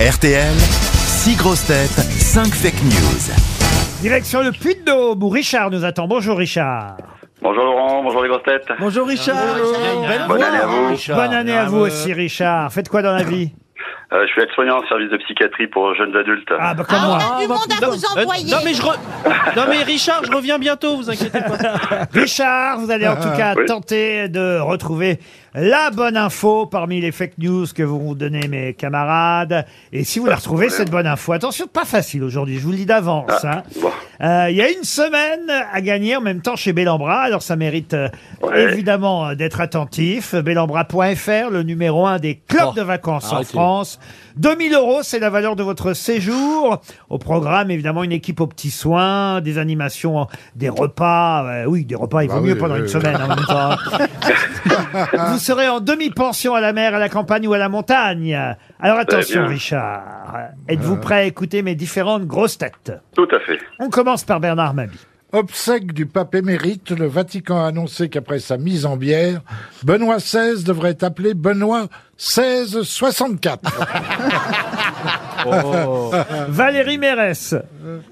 RTL, 6 grosses têtes, 5 fake news. Direction le Puy-de-Dôme où Richard nous attend. Bonjour Richard. Bonjour Laurent, bonjour les grosses têtes. Bonjour Richard. Bonne année à vous. Bonne année à vous aussi Richard. Faites quoi dans la vie Euh, je suis aide-soignant en service de psychiatrie pour jeunes adultes. Ah bah comme Ah, moi. on a du monde à vous Euh, envoyer. non mais je re- non mais Richard, je reviens bientôt, vous inquiétez pas. Richard, vous allez en tout cas Oui. tenter de retrouver la bonne info parmi les fake news que vont vous donner mes camarades. Et si vous la retrouvez, cette bonne info, attention, pas facile aujourd'hui, je vous le dis d'avance. hein. bon. Euh, Il y a une semaine à gagner en même temps chez Bellambra, alors ça mérite euh, Ouais. évidemment euh, d'être attentif. Bellambra.fr, le numéro un des clubs Oh, de vacances en arrêtez. France. 2000 euros, c'est la valeur de votre séjour. Au programme, évidemment, une équipe aux petits soins, des animations, des repas. Euh, oui, des repas, il vaut Bah mieux oui, pendant oui, une oui. semaine en même temps. hein. Vous serez en demi-pension à la mer, à la campagne ou à la montagne. Alors attention, bien. Euh. Richard. Êtes-vous prêt à écouter mes différentes grosses têtes Tout à fait. On commence par Bernard Mabi. Obsèque du pape émérite, le Vatican a annoncé qu'après sa mise en bière, Benoît XVI devrait être appelé Benoît 1664. Valérie Mérès.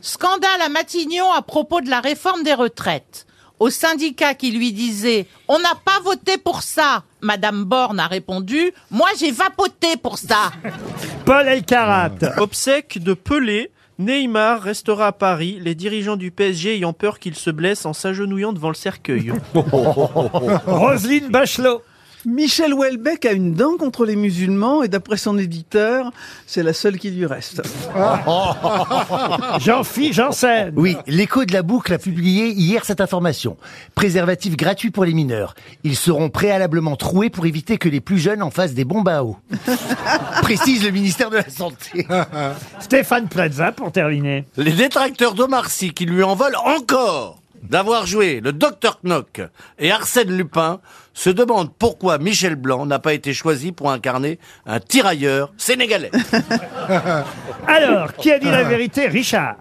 Scandale à Matignon à propos de la réforme des retraites. Au syndicat qui lui disait On n'a pas voté pour ça, Madame Borne a répondu Moi j'ai vapoté pour ça. Paul Elkarat. Obsèque de Pelé, Neymar restera à Paris, les dirigeants du PSG ayant peur qu'il se blesse en s'agenouillant devant le cercueil. Roselyne Bachelot. Michel Houellebecq a une dent contre les musulmans et d'après son éditeur, c'est la seule qui lui reste. Jean-Philippe Janssen. Oui, l'écho de la boucle a publié hier cette information. Préservatif gratuit pour les mineurs. Ils seront préalablement troués pour éviter que les plus jeunes en fassent des bombes à eau. Précise le ministère de la Santé. Stéphane Plaza pour terminer. Les détracteurs d'Omar Sy qui lui en veulent encore d'avoir joué le Dr Knock et Arsène Lupin se demandent pourquoi Michel Blanc n'a pas été choisi pour incarner un tirailleur sénégalais. Alors, qui a dit la vérité Richard.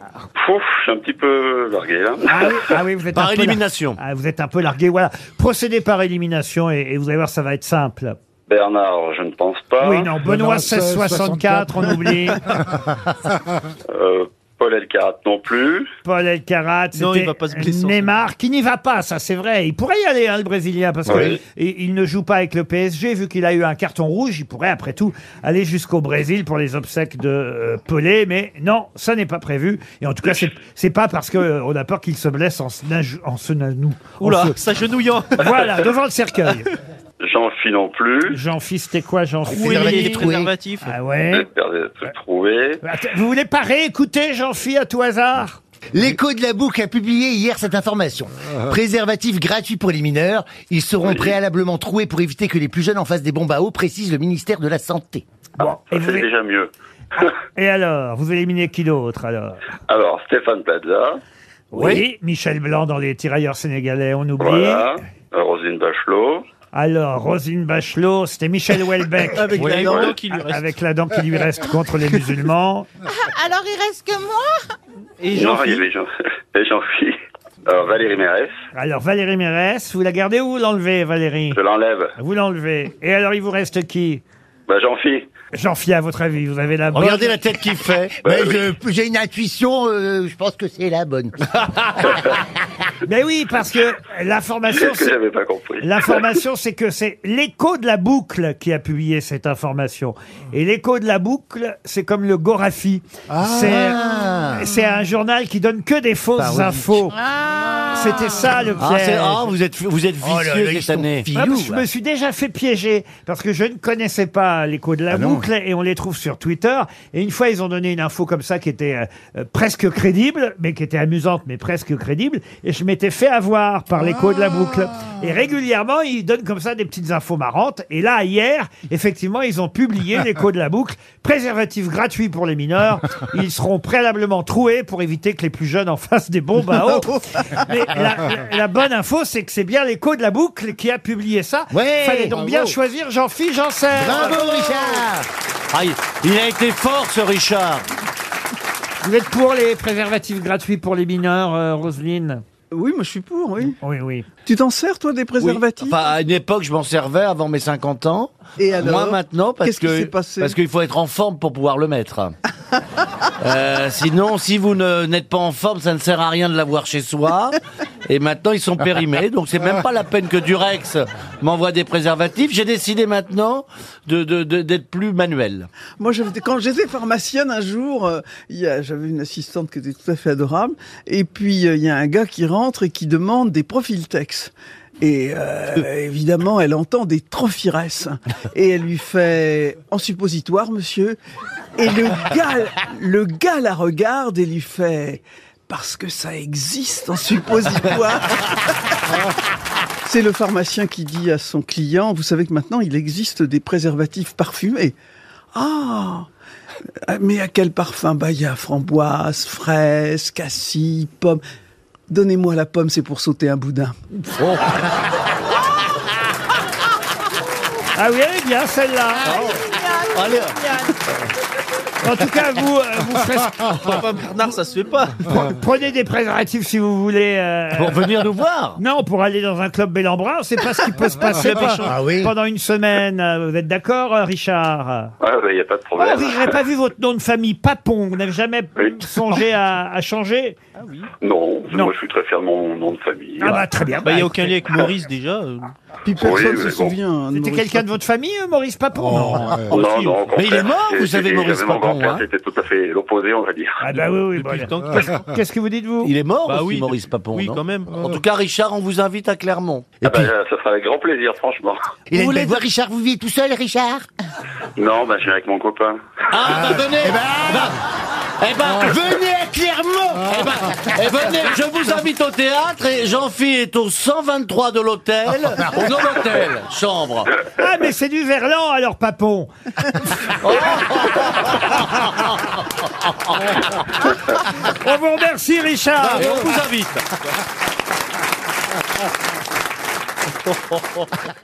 Pouf, je suis un petit peu largué là. Ah oui, ah oui, vous êtes Par un peu lar- élimination. Ah, vous êtes un peu largué. Voilà. Procédez par élimination et, et vous allez voir, ça va être simple. Bernard, je ne pense pas. Oui, non. Benoît Benoît 1664, on oublie. Euh, Paul Elkarat non plus. Paul Elkarat, Non, c'était il va pas se blesser, Neymar qui n'y va pas, ça c'est vrai. Il pourrait y aller, hein, le Brésilien, parce que Oui. il, il ne joue pas avec le PSG, vu qu'il a eu un carton rouge. Il pourrait, après tout, aller jusqu'au Brésil pour les obsèques de euh, Pelé, mais non, ça n'est pas prévu. Et en tout cas, c'est- c'est pas parce qu'on on a peur qu'il se blesse en se nage- en se nanou. en Oula, se- s'agenouillant. Voilà, devant le cercueil. Jean-Phi non plus. Jean-Fils, c'était quoi, Jean-Fils Oui, les Préservatif, oui. préservatifs. Ah J'ai ouais perdu de trouver. Attends, Vous voulez pas réécouter, Jean-Fils, à tout hasard L'écho de la boucle a publié hier cette information. Préservatif gratuit pour les mineurs. Ils seront préalablement troués pour éviter que les plus jeunes en fassent des bombes à eau, précise le ministère de la Santé. Bon, et, Ah, Ça, vous- c'est déjà mieux. et alors Vous éliminez qui d'autre, alors Alors, Stéphane Plaza. Oui. Michel Blanc dans les tirailleurs sénégalais, on oublie. Voilà. Euh, Roselyne Bachelot. Alors, Rosine Bachelot, c'était Michel Houellebecq. Avec Oui. la dent qui lui reste. Avec la dent qui lui reste contre les musulmans. Alors il reste que moi Et Non, il y Jean-Philippe. avait Jean- et Jean-Phi. Euh, Valérie Mérès. Alors, Valérie Mérès, vous la gardez ou vous l'enlevez, Valérie Je l'enlève. Vous l'enlevez. Et alors, il vous reste qui Bah, Jean-Phi. jean philippe à votre avis, vous avez la bonne. Regardez la tête qu'il fait. Ouais, Mais je- J'ai une intuition, euh, je pense que c'est la bonne. Mais Ben oui, parce que l'information, Qu'est-ce que c'est... j'avais pas compris L'information, c'est que c'est l'écho de la boucle qui a publié cette information. Et l'écho de la boucle, c'est comme le Gorafi. Ah. C'est- C'est un journal qui donne que des fausses Parodique. infos. Ah. C'était ça le Ah, c'est- piège. ah, vous êtes vous êtes Oh là vicieux là, ils cette sont Ah, année. parce que filous, je me suis déjà fait piéger parce que je ne connaissais pas l'écho de la boucle et on les trouve sur Twitter. Et une fois, ils ont donné une info comme ça qui était euh, euh, presque crédible, mais qui était amusante, mais presque crédible. Et je m'étais fait avoir par l'écho de la boucle. Et régulièrement, ils donnent comme ça des petites infos marrantes. Et là, hier, effectivement, ils ont publié l'écho de la boucle. Préservatif gratuit pour les mineurs. Ils seront préalablement troués pour éviter que les plus jeunes en fassent des bombes à eau. Mais la, la- la bonne info, c'est que c'est bien l'écho de la boucle qui a publié ça. Ouais, Fallait donc bravo. bien choisir Jean-Philippe Janssen. Bravo Richard Ah, il, il a été fort ce Richard. Vous êtes pour les préservatifs gratuits pour les mineurs, euh, Roselyne Oui, moi je suis pour, oui. Oui, oui. Tu t'en sers, toi, des préservatifs Enfin, à une époque, je m'en servais avant mes 50 ans. Et alors Moi maintenant, parce Qu'est-ce qui que s'est passé parce qu'il faut être en forme pour pouvoir le mettre. Euh, sinon, si vous ne- n'êtes pas en forme, ça ne sert à rien de l'avoir chez soi. Et maintenant, ils sont périmés, donc c'est même pas la peine que Durex m'envoie des préservatifs. J'ai décidé maintenant de de- de- d'être plus manuel. Moi, je- quand j'étais pharmacienne un jour, euh, il y a- j'avais une assistante qui était tout à fait adorable. Et puis, euh, il y a un gars qui rentre et qui demande des profils textes. Et euh, évidemment, elle entend des trophyres. Et elle lui fait « En suppositoire, monsieur ?» Et le gars, le gars la regarde et lui fait « Parce que ça existe en suppositoire !» C'est le pharmacien qui dit à son client « Vous savez que maintenant, il existe des préservatifs parfumés. » Ah Mais à quel parfum Bah, il y a framboise, fraise, cassis, pomme. Donnez-moi la pomme, c'est pour sauter un boudin. Ah oui, elle est bien celle-là. Allez, En tout cas, vous, euh, vous ferez- Papa Bernard, ça se fait pas. Bah, prenez des préservatifs si vous voulez. euh, pour venir nous voir. Non, pour aller dans un club Bellambra, c'est pas ce qui peut se passer Ah oui. pendant une semaine. Euh, Vous êtes d'accord, euh, Richard Ouais, Ah, bah, il n'y a pas de Oh, problème. vous n'avez pas vu votre nom de famille, Papon. Vous n'avez jamais Oui. songé à, à changer non, Non. moi je suis très fier de mon nom de famille. Ah bah très bien. Bah, il n'y a aucun lien avec Maurice déjà. euh. Puis Oui, personne mais se bon. souvient. hein, de C'était Maurice quelqu'un de votre famille, euh, Maurice Papon non non, non, au Mais il est contraire. mort, vous C'est- savez, c'est- Maurice j'avais Mon Papon, grand-père, hein. c'était tout à fait l'opposé, on va dire. Ah bah oui, oui. bon, Depuis le temps que- Qu'est-ce- Qu'est-ce que vous dites, vous Il est mort Bah aussi, oui, Maurice Papon. Oui, non quand même. en tout cas, Richard, on vous invite à Clermont. Ah bah, ça sera avec grand plaisir, franchement. Il a une belle voix, Richard, vous vivez tout seul, Richard Non, bah, je viens avec mon copain. Ah, bah venez Eh ben, eh ben, venez à Clermont Ah. eh, ben, eh, venez, je vous invite au théâtre et Jean-Phi est au 123 de l'hôtel, au nom hôtel, chambre. Ah mais c'est du Verlan alors, Papon. On vous remercie, Richard. Et on vous invite